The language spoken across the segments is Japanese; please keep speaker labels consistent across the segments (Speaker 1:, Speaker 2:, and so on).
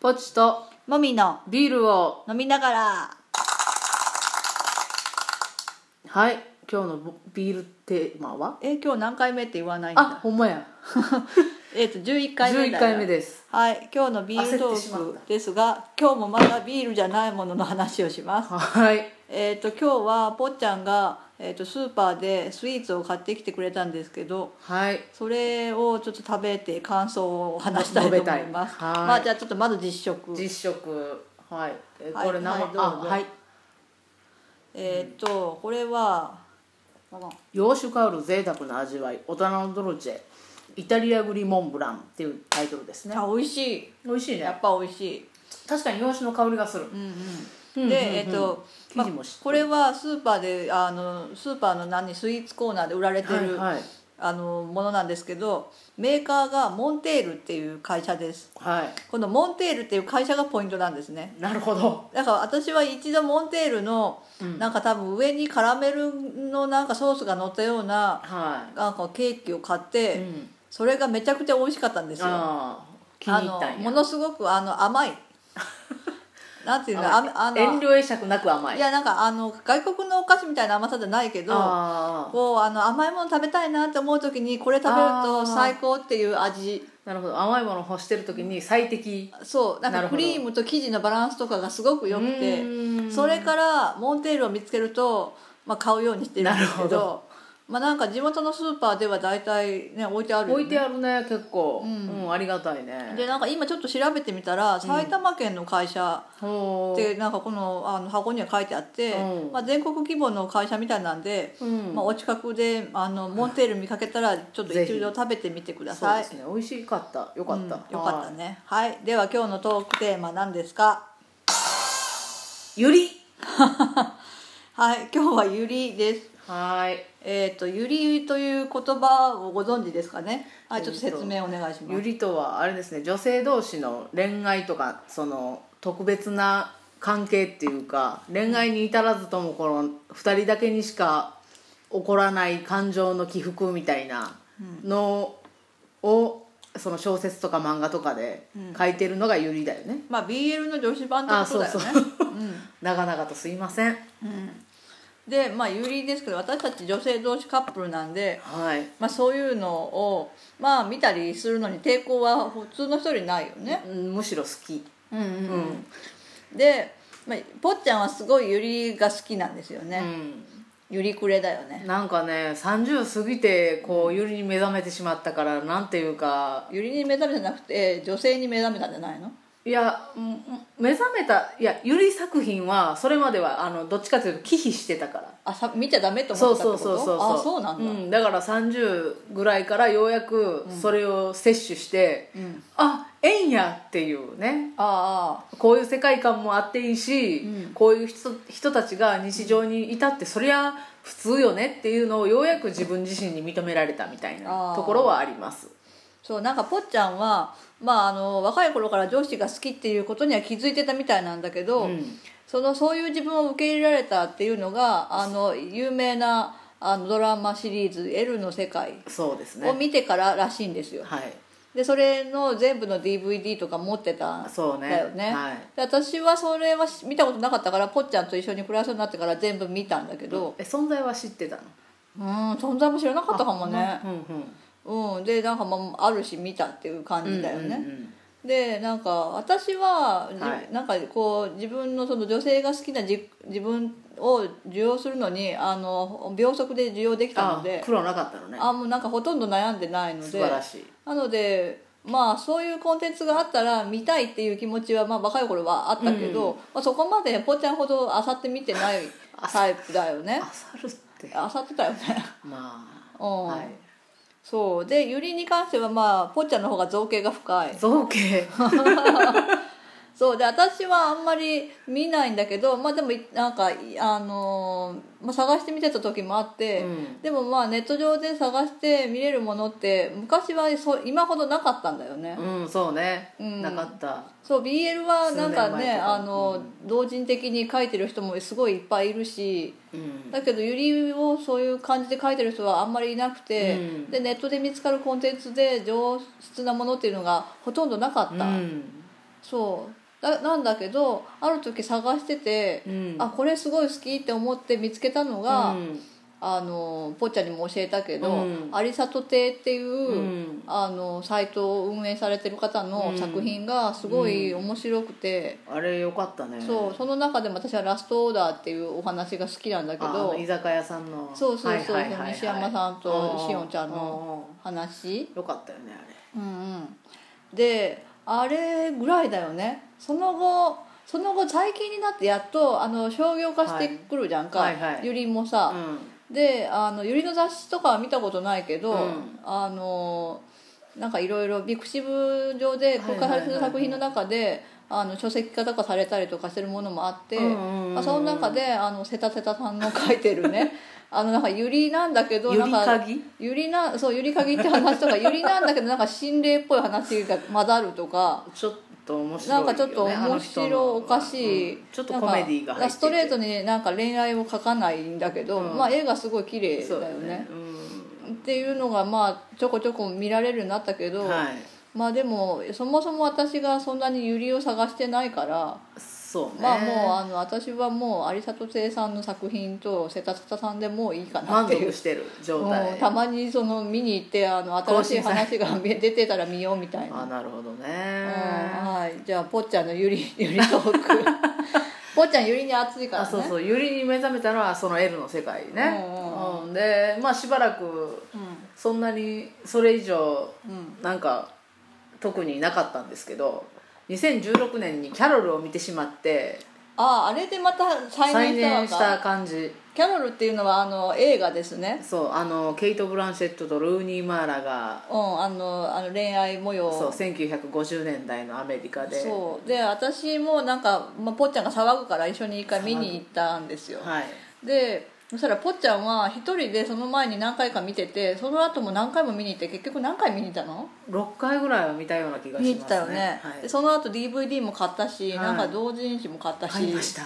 Speaker 1: ポチと
Speaker 2: もみの
Speaker 1: ビールを
Speaker 2: 飲みながら
Speaker 1: はい今日のボビールテーマは
Speaker 2: え今日何回目って言わないん
Speaker 1: あ
Speaker 2: だ
Speaker 1: ほんまや
Speaker 2: えっと11回目だ
Speaker 1: 11
Speaker 2: よ
Speaker 1: 回目です
Speaker 2: はい今日のビール
Speaker 1: 焦
Speaker 2: ト
Speaker 1: ってしまっ
Speaker 2: ー
Speaker 1: た
Speaker 2: クですが今日もまだビールじゃないものの話をします
Speaker 1: はい
Speaker 2: えっと今日はぽっちゃんが、えっとスーパーでスイーツを買ってきてくれたんですけど
Speaker 1: はい
Speaker 2: それをちょっと食べて感想を話したいと思います
Speaker 1: 述べたいはい
Speaker 2: まあじゃあちょっとまず実食
Speaker 1: 実食はいえ
Speaker 2: はい
Speaker 1: これ生、
Speaker 2: はいどうぞ
Speaker 1: あはい
Speaker 2: えっとこれはあの
Speaker 1: 洋酒香る贅沢な味わい大人のドルチェイタリアグリモンブランっていうタイトルですね
Speaker 2: あ美味しい
Speaker 1: 美味しい
Speaker 2: や
Speaker 1: ね
Speaker 2: っぱ美味しい
Speaker 1: 確かに洋酒の香りがする
Speaker 2: うん
Speaker 1: う
Speaker 2: うんん
Speaker 1: うんうん
Speaker 2: でえっと
Speaker 1: 生
Speaker 2: ま
Speaker 1: 地もしっとり
Speaker 2: これはスーパーであのスーパーの何スイーツコーナーで売られてる
Speaker 1: はい
Speaker 2: あのものなんですけどメーカーがモンテールっていう会社です
Speaker 1: はい、は
Speaker 2: このモンテールっていう会社がポイントなんですね
Speaker 1: い、なるほど
Speaker 2: だから私は一度モンテールの
Speaker 1: うん
Speaker 2: なんか多分上にカラメルのなんかソースが乗ったような
Speaker 1: は
Speaker 2: なんかケーキを買っ
Speaker 1: い、
Speaker 2: て、
Speaker 1: うん、
Speaker 2: それがめちゃくちゃ美味しかったんですよあ
Speaker 1: ああ気に入ったんや
Speaker 2: のものすごくあの甘い なんていうのああの
Speaker 1: 遠慮会釈なく甘い
Speaker 2: いやなんかあの外国のお菓子みたいな甘さじゃないけど
Speaker 1: ああ
Speaker 2: こうあの甘いもの食べたいなって思う時にこれ食べる
Speaker 1: あー
Speaker 2: と最高っていう味
Speaker 1: なるほど甘いものを欲してる時に最適
Speaker 2: そうなん
Speaker 1: なる
Speaker 2: か
Speaker 1: ほ
Speaker 2: ク
Speaker 1: ど
Speaker 2: リームと生地のバランスとかがすごく良く
Speaker 1: う
Speaker 2: て
Speaker 1: ーん
Speaker 2: それからモンテールを見つけると、まあ、買うようにしてるんで
Speaker 1: な
Speaker 2: す
Speaker 1: るほ
Speaker 2: けどまあなんか地元のスーパーでは大体ね置いてあるよ
Speaker 1: 置
Speaker 2: ね
Speaker 1: いてあるね結構う、
Speaker 2: うんん
Speaker 1: ありがたいね
Speaker 2: でなんか今ちょっと調べてみたら埼玉県の会社
Speaker 1: ほう
Speaker 2: でなんかこのあの箱には書いてあって、
Speaker 1: うん
Speaker 2: まあ、全国規模の会社みたいなんで、
Speaker 1: うん
Speaker 2: まあ、お近くであのモンテール見かけたらちょっと
Speaker 1: ぜひ
Speaker 2: 一度食べてみてくだ
Speaker 1: そう
Speaker 2: さ
Speaker 1: で
Speaker 2: い
Speaker 1: すね美味しかったよかった、
Speaker 2: うんよかった
Speaker 1: はい
Speaker 2: ねはい、では今日のトークテーマ何ですか
Speaker 1: ゆり
Speaker 2: はい 今日はゆりです
Speaker 1: はい
Speaker 2: えっ、とゆりという言葉をご存知ですかねはいちょっと説明お願いしま
Speaker 1: ゆ
Speaker 2: す
Speaker 1: りとはあれですね女性同士の恋愛とかその特別な関係っていうか恋愛に至らずともこの2人だけにしか起こらない感情の起伏みたいなのをその小説とか漫画とかで書いてるのがゆりだよね、
Speaker 2: まあ BL の女子版ってことだよね
Speaker 1: あそうそう
Speaker 2: うん
Speaker 1: 長々とすいません
Speaker 2: でまあゆりですけど私たち女性同士カップルなんで
Speaker 1: はい
Speaker 2: まあ、そういうのを、まあ、見たりするのに抵抗は普通の人よりないよね。
Speaker 1: うんむしろ好き
Speaker 2: うんうんで、まあ、ぽっちゃんはすごいゆりが好きなんですよ
Speaker 1: う
Speaker 2: ね、
Speaker 1: ん
Speaker 2: ゆりくれだよね
Speaker 1: なんかね30過ぎてこうゆりに目覚めてしまったからなんていうか
Speaker 2: ゆりに目覚めじゃなくて女性に目覚めたんじゃないの
Speaker 1: いやうんうん目覚めたいやゆり作品はそれまではあのどっちかというと忌避してたから
Speaker 2: あさ見ちゃダメと
Speaker 1: そ
Speaker 2: 思
Speaker 1: う
Speaker 2: ってたっ
Speaker 1: そ
Speaker 2: てこ
Speaker 1: う
Speaker 2: と
Speaker 1: そうそう
Speaker 2: あそうなんだ、
Speaker 1: ん、だから30ぐらいからようやくそれを摂取して、
Speaker 2: うん
Speaker 1: あ縁やっていうね
Speaker 2: あ
Speaker 1: こういう世界観もあっていいし、
Speaker 2: うん
Speaker 1: こういう人人たちが日常にいたってそりゃ普通よねっていうのをようやく自分自身に認められたみたいな
Speaker 2: あー
Speaker 1: ところはあります
Speaker 2: あそうなんかぽっちゃんは、まあ、あの若い頃から上司が好きっていうことには気づいてたみたいなんだけど、
Speaker 1: うん
Speaker 2: そのそういう自分を受け入れられたっていうのがあの有名なあのドラマシリーズ「L の世界
Speaker 1: そうです」ね
Speaker 2: を見てかららしいんですよ、
Speaker 1: はい
Speaker 2: でそれの全部の DVD とか持ってたん
Speaker 1: そうね
Speaker 2: だよね
Speaker 1: はい
Speaker 2: で私はそれはし見たことなかったからぽっちゃんと一緒に暮らすようになってから全部見たんだけど
Speaker 1: え存在は知ってたの
Speaker 2: うん存在も知らなかったかもね
Speaker 1: うんうん
Speaker 2: うんでなんかまああるし見たっていう感じだよね、
Speaker 1: うんうん
Speaker 2: でなんか私は、じ
Speaker 1: はい
Speaker 2: なんかこう自分のその女性が好きなじ自分を受容するのにあの秒速で受容できたの
Speaker 1: あ
Speaker 2: で
Speaker 1: 苦労なかったのね
Speaker 2: あもうなんかほとんど悩んでないので
Speaker 1: 素晴らしい
Speaker 2: なのでまあそういうコンテンツがあったら見たいっていう気持ちは、まあ、若い頃はあったけど、まあ、そこまでぽっちゃんほどあさって見てないタイプだよね
Speaker 1: あさるって
Speaker 2: あさってたよね
Speaker 1: ま
Speaker 2: う
Speaker 1: あ
Speaker 2: ん、
Speaker 1: はい
Speaker 2: そうでゆりに関してはまあぽっちゃんの方が造形が深い
Speaker 1: 造形
Speaker 2: そうで私はあんまり見ないんだけどまあでもいなんかいあのーまあ、探してみてた時もあって、
Speaker 1: うん
Speaker 2: でもまあネット上で探して見れるものって昔はそう今ほどなかったんだよね、
Speaker 1: うんそうね
Speaker 2: うん
Speaker 1: なかった
Speaker 2: そう BL はなん
Speaker 1: 数
Speaker 2: か
Speaker 1: 年前
Speaker 2: ね
Speaker 1: とか
Speaker 2: あの、同人的に書いてる人もすごいいっぱいいるし
Speaker 1: うん
Speaker 2: だけどゆりをそういう感じで書いてる人はあんまりいなくて、
Speaker 1: うん
Speaker 2: でネットで見つかるコンテンツで上質なものっていうのがほとんどなかった、
Speaker 1: うん
Speaker 2: そうだなんだけどある時探してて、
Speaker 1: うん
Speaker 2: あこれすごい好きって思って見つけたのが、
Speaker 1: うん
Speaker 2: あのぽっちゃんにも教えたけど、
Speaker 1: うん
Speaker 2: 有里亭っていう、
Speaker 1: うん
Speaker 2: あのサイトを運営されてる方の作品がすごい面白くて、
Speaker 1: あれよかったね
Speaker 2: そうその中でも私は「ラストオーダー」っていうお話が好きなんだけ
Speaker 1: ああ
Speaker 2: ど
Speaker 1: の居酒屋さんの
Speaker 2: そうそうそう
Speaker 1: はいはいはいはい
Speaker 2: 西山さんとしおんちゃん
Speaker 1: うん
Speaker 2: の
Speaker 1: うん
Speaker 2: 話
Speaker 1: よかったよねあれ
Speaker 2: うんうんであれぐらいだよねその後その後最近になってやっとあの商業化してくるじゃんか、
Speaker 1: はいはいはい
Speaker 2: ゆりもさ、であのゆりの雑誌とかは見たことないけど、
Speaker 1: うん
Speaker 2: あのなんかいろいろビクシブ上で公開されてる作品の中であの書籍化とかされたりとかしてるものもあって、
Speaker 1: うんうんうん
Speaker 2: まあ、その中であの瀬田瀬田さんの書いてるね あのなんかゆりなんだけど
Speaker 1: ゆ
Speaker 2: な
Speaker 1: り
Speaker 2: ん
Speaker 1: か
Speaker 2: か
Speaker 1: ぎ
Speaker 2: ゆりなそうゆりかぎって話とかゆりなんだけどなんか心霊っぽい話が混ざるとか。
Speaker 1: ちょっと面白いよ、
Speaker 2: なん
Speaker 1: ね、
Speaker 2: かちょっと
Speaker 1: あの
Speaker 2: 面
Speaker 1: 人
Speaker 2: 白
Speaker 1: の
Speaker 2: おかしい、
Speaker 1: うんちょっとコメディーが入ってて
Speaker 2: なんかストレートになんか恋愛を描かないんだけど、
Speaker 1: うん
Speaker 2: まあ絵がすごい綺麗だよね
Speaker 1: うん
Speaker 2: っていうのがまあちょこちょこ見られるようになったけど、
Speaker 1: はい
Speaker 2: まあでもそもそも私がそんなにユリを探してないから、
Speaker 1: そうね
Speaker 2: まあもうあの私はもう有里亭さんの作品と瀬田瀬田さんでもういいかな
Speaker 1: 満
Speaker 2: っていう
Speaker 1: 足してる状
Speaker 2: も
Speaker 1: 態
Speaker 2: うたまにその見に行ってあの
Speaker 1: 更
Speaker 2: 新し
Speaker 1: 新
Speaker 2: い
Speaker 1: され
Speaker 2: 話が 出てたら見ようみたいな
Speaker 1: あ。なるほどね、
Speaker 2: うんはい、じゃあぽっちゃんのゆ りゆりト ークぽっちゃんゆりに熱いから
Speaker 1: あ
Speaker 2: ね
Speaker 1: そうそうゆりに目覚めたのはその L の世界ね、
Speaker 2: う
Speaker 1: うんんでまあしばらくそんなにそれ以上
Speaker 2: うん
Speaker 1: なんか特になかったんですけど2016年にキャロルを見てしまって
Speaker 2: ああれでまた再
Speaker 1: 再
Speaker 2: 燃
Speaker 1: 燃
Speaker 2: した
Speaker 1: し
Speaker 2: のか
Speaker 1: た感じ
Speaker 2: キャロルっていうのはあの映画ですね
Speaker 1: そうあのケイト・ブランシェットとルーニー・マーラが
Speaker 2: うん、あのあの恋愛模様
Speaker 1: そう1950年代のアメリカで
Speaker 2: そうで私もなんか、まあ、ぽっちゃんが騒ぐから一緒に一回見に行ったんですよ
Speaker 1: はい
Speaker 2: でそしたらぽっちゃんは一人でその前に何回か見ててその後も何回も見に行って結局何回見に行ったの
Speaker 1: 6回ぐらいは見たような気が
Speaker 2: 見に
Speaker 1: し
Speaker 2: 行
Speaker 1: ま
Speaker 2: っ
Speaker 1: すね
Speaker 2: たよね、
Speaker 1: はい
Speaker 2: でその後 DVD も買ったし、
Speaker 1: はい
Speaker 2: なんか同人誌も買ったし
Speaker 1: 買いました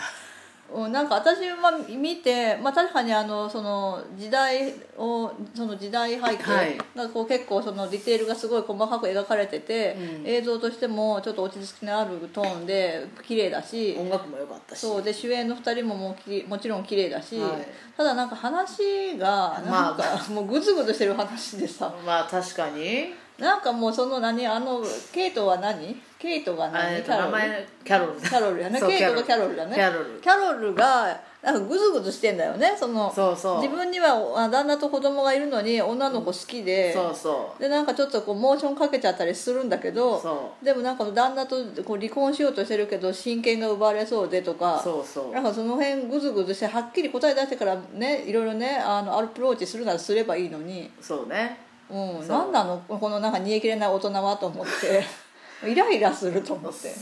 Speaker 2: うん、なんか私は見て、まあ、確かにあのその時代をその時代背
Speaker 1: はい
Speaker 2: 景がこう結構そのディテールがすごい細かく描かれてて、
Speaker 1: うん
Speaker 2: 映像としてもちょっと落ち着きのあるトーンで綺麗だし、
Speaker 1: 音楽も良かったし
Speaker 2: そうで主演の2人ももうきもちろん綺麗だし、
Speaker 1: はい
Speaker 2: ただなんか話がなんか、もうグズグズしてる話でさ
Speaker 1: まあ確かに
Speaker 2: なんかもうその何あのケイトは何ケイトが
Speaker 1: あえっ
Speaker 2: 何
Speaker 1: と名前キャロルだ
Speaker 2: キャロルやね
Speaker 1: そう
Speaker 2: ケイトがキャロルだね
Speaker 1: キャロル
Speaker 2: キャロルがなんかグズグズしてんだよね その
Speaker 1: そうそう
Speaker 2: 自分にはあ旦那と子供がいるのに女の子好きで、
Speaker 1: そうそ
Speaker 2: でなんかちょっとこうモーションかけちゃったりするんだけ
Speaker 1: う
Speaker 2: ど
Speaker 1: そ
Speaker 2: でもなんか旦那とこう離婚しようとしてるけど親権が奪われそうでと
Speaker 1: う
Speaker 2: か
Speaker 1: そうそう
Speaker 2: なんかその辺グズグズしてはっきり答え出してからねいろいろねあのアプローチするならすればいいのに、
Speaker 1: そうね
Speaker 2: うん、
Speaker 1: う
Speaker 2: なんなのこのなんか煮えきれない大人はと思って イライラすると思って。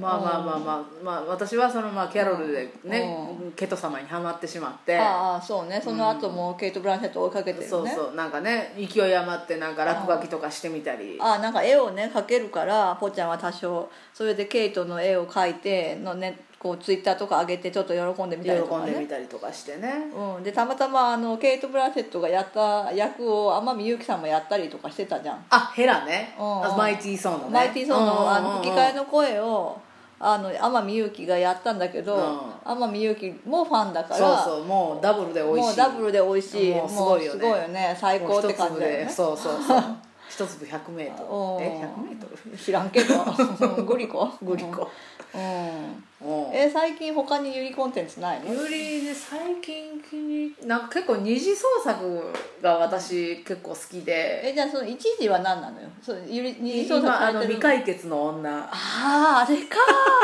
Speaker 1: まあまあまあまあ、まあ、私はそのまあキャロルでね、ケト様にはまってしまって
Speaker 2: ああそうねその後もケイト・ブランシェット追いかけてるね
Speaker 1: そうそうなんかね勢い余ってなんか落書きとかしてみたり
Speaker 2: ああなんか絵をね描けるからぽちゃんは多少それでケイトの絵を描いてのねこうツイッターとか上げてちょっと喜んでみ
Speaker 1: 喜
Speaker 2: たりとか
Speaker 1: んで
Speaker 2: ね
Speaker 1: みたりとかしてね
Speaker 2: うん、でたまたまあのケイト・ブランシェットがやった役を天海祐希さんもやったりとかしてたじゃん、
Speaker 1: あヘラね
Speaker 2: うん
Speaker 1: あマイティーソーのね
Speaker 2: マイティー・ソーのあの吹き替え
Speaker 1: の
Speaker 2: の声をあの天海祐希がやったんだけど、
Speaker 1: う
Speaker 2: 天海祐希もファンだから
Speaker 1: そうそうもうダブルで美味しい
Speaker 2: もうダブルで美味しい
Speaker 1: もうすごいよね
Speaker 2: もうすごいよね最高って感じだよ
Speaker 1: もう一粒で
Speaker 2: ね
Speaker 1: そうそう そう一粒100メート
Speaker 2: おー
Speaker 1: ルえ100メートル
Speaker 2: 知らん けどうんグリコ
Speaker 1: グリコ
Speaker 2: うん
Speaker 1: うん
Speaker 2: え最近他にユリコンテンツないの
Speaker 1: ユリで最近気になんか結構二次創作が私結構好きで
Speaker 2: えじゃあその一時は何なのよそうユリ二次創作
Speaker 1: 今
Speaker 2: さ
Speaker 1: あ
Speaker 2: れ
Speaker 1: の
Speaker 2: てる
Speaker 1: 未解決の女
Speaker 2: あああれか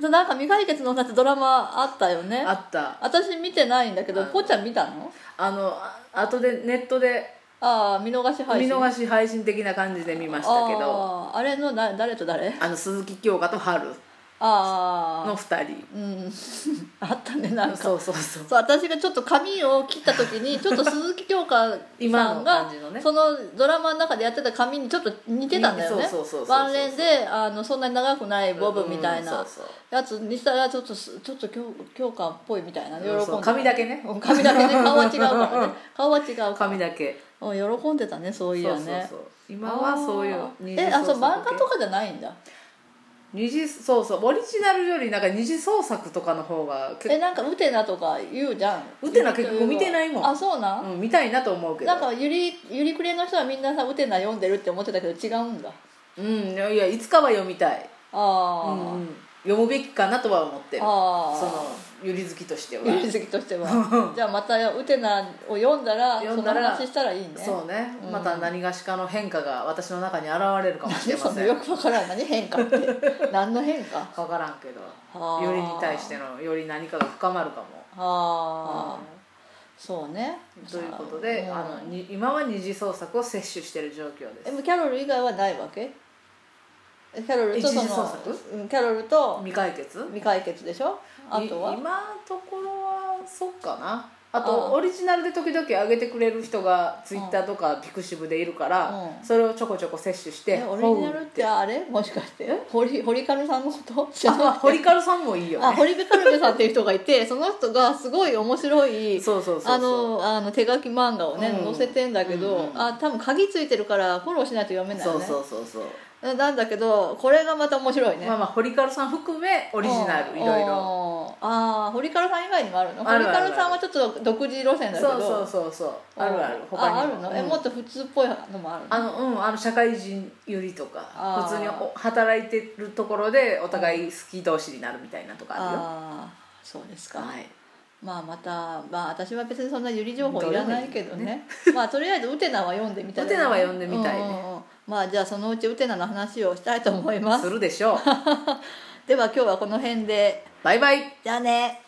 Speaker 2: そうなんか未解決の女ってドラマあったよね
Speaker 1: あった
Speaker 2: 私見てないんだけど
Speaker 1: あの
Speaker 2: ぽっちゃん見たの
Speaker 1: あのあ後でネットで
Speaker 2: ああ見逃し配
Speaker 1: 見
Speaker 2: 信
Speaker 1: 逃し配信的な感じで見ましたけど
Speaker 2: あーあれのだ誰と誰
Speaker 1: あの鈴木京香と春
Speaker 2: あ
Speaker 1: の2人
Speaker 2: あうん あったねなんかそ
Speaker 1: そううそうそう
Speaker 2: 私がちょっと髪を切った時 にちょっと鈴木京香
Speaker 1: 今
Speaker 2: さ
Speaker 1: の
Speaker 2: ん
Speaker 1: 感
Speaker 2: が
Speaker 1: じのね
Speaker 2: そのドラマの中でやってた髪にちょっと似てたんだよね
Speaker 1: そうそうそうそうそう
Speaker 2: ワンレンであのそんなに長くないボブみたい
Speaker 1: うん
Speaker 2: な
Speaker 1: そうそう
Speaker 2: やつにしたらちょっとすちょっと京京香っぽいみたいな喜ん
Speaker 1: そう
Speaker 2: で
Speaker 1: そう髪だけね
Speaker 2: うん髪だ けね顔は違うからね顔は違うから
Speaker 1: 髪だけ
Speaker 2: うん喜んでたねそういやね
Speaker 1: そうそうそう今はそういう
Speaker 2: あー
Speaker 1: 二次
Speaker 2: えあそう
Speaker 1: 創作
Speaker 2: 漫画とかじゃないんだ
Speaker 1: 二次そうそうオリジナルよりなんか二次創作とかの方が結
Speaker 2: えなんかウテナとか言うじゃん
Speaker 1: ウテナ結局見てないもん
Speaker 2: あそうなん、
Speaker 1: 構、うん、見たいなと思うけど
Speaker 2: なんかゆりゆりくれの人はみんなさウテナ読んでるって思ってたけど違うんだ
Speaker 1: うんいやいやいつかは読みたい、
Speaker 2: あ
Speaker 1: う
Speaker 2: ー、
Speaker 1: んうん、読むべきかなとは思ってる
Speaker 2: あー
Speaker 1: そのゆり好きとしては、
Speaker 2: ゆり好きとしては じゃあまたウテナを読んだら
Speaker 1: 読んだら
Speaker 2: その話したらいいね
Speaker 1: そうね、
Speaker 2: うん
Speaker 1: また何がしかの変化が私の中に現れるかもし
Speaker 2: で
Speaker 1: れ
Speaker 2: そ
Speaker 1: ま
Speaker 2: の
Speaker 1: せん
Speaker 2: よくわからん何変化って 何の変化
Speaker 1: 分からんけど
Speaker 2: あー
Speaker 1: よりに対してのより何かが深まるかも
Speaker 2: ああ、そうね
Speaker 1: ということで、
Speaker 2: うん
Speaker 1: あのに今は二次創作を摂取している状況で
Speaker 2: え
Speaker 1: す
Speaker 2: もうキャロル以外はないわけえキャロルとその
Speaker 1: 一時創作
Speaker 2: うん、キャロルと
Speaker 1: 未解決
Speaker 2: 未解決でしょあと
Speaker 1: い
Speaker 2: は
Speaker 1: 今のところはそっかなあ
Speaker 2: あ
Speaker 1: と
Speaker 2: あ
Speaker 1: オリジナルで時々上げてくれる人がツイッターとかピクシブでいるから、
Speaker 2: うん
Speaker 1: それをちょこちょこ摂取して
Speaker 2: えオリジナルってあれもしかして堀堀カルさんのこと知ら
Speaker 1: あ
Speaker 2: なくて
Speaker 1: 堀カさんもいいよ
Speaker 2: あ
Speaker 1: ね
Speaker 2: 堀部カルメさんっていう人がいてその人がすごい面白い
Speaker 1: そうそうそうそう
Speaker 2: あのあの手書き漫画をね、
Speaker 1: うん
Speaker 2: 載せてんだけど、
Speaker 1: うんうん
Speaker 2: あ多分鍵ついてるからフォローしないと読めないね
Speaker 1: そうそうそうそう、
Speaker 2: ななんだけどこれがまた面白いね、
Speaker 1: まあまあ堀カさん含めオ
Speaker 2: オ
Speaker 1: リジナルいろいろ
Speaker 2: ああ堀カルさん以外にもあるの
Speaker 1: ある
Speaker 2: 堀
Speaker 1: ある
Speaker 2: カルさんはちょっと独自路線だけど
Speaker 1: そうそうそうそうあるある
Speaker 2: うん
Speaker 1: 他にも
Speaker 2: ああるのえ
Speaker 1: うん
Speaker 2: もっと普通っぽいのもあるの
Speaker 1: あのうんあの社会人よりとか
Speaker 2: あー
Speaker 1: 普通にお働いてるところでお互い好き同士になるみたいなとかあるよ
Speaker 2: あーそうですか、
Speaker 1: はい
Speaker 2: まあまたまあ私は別にそんなゆり情報いらないけどねまあとりあえずウテナは読んでみたい
Speaker 1: ウテナは読んでみたいね
Speaker 2: うんうんうんまあじゃあそのうちウテナの話をしたいと思います
Speaker 1: するでしょう
Speaker 2: では今日はこの辺で
Speaker 1: バイバイ
Speaker 2: じゃあね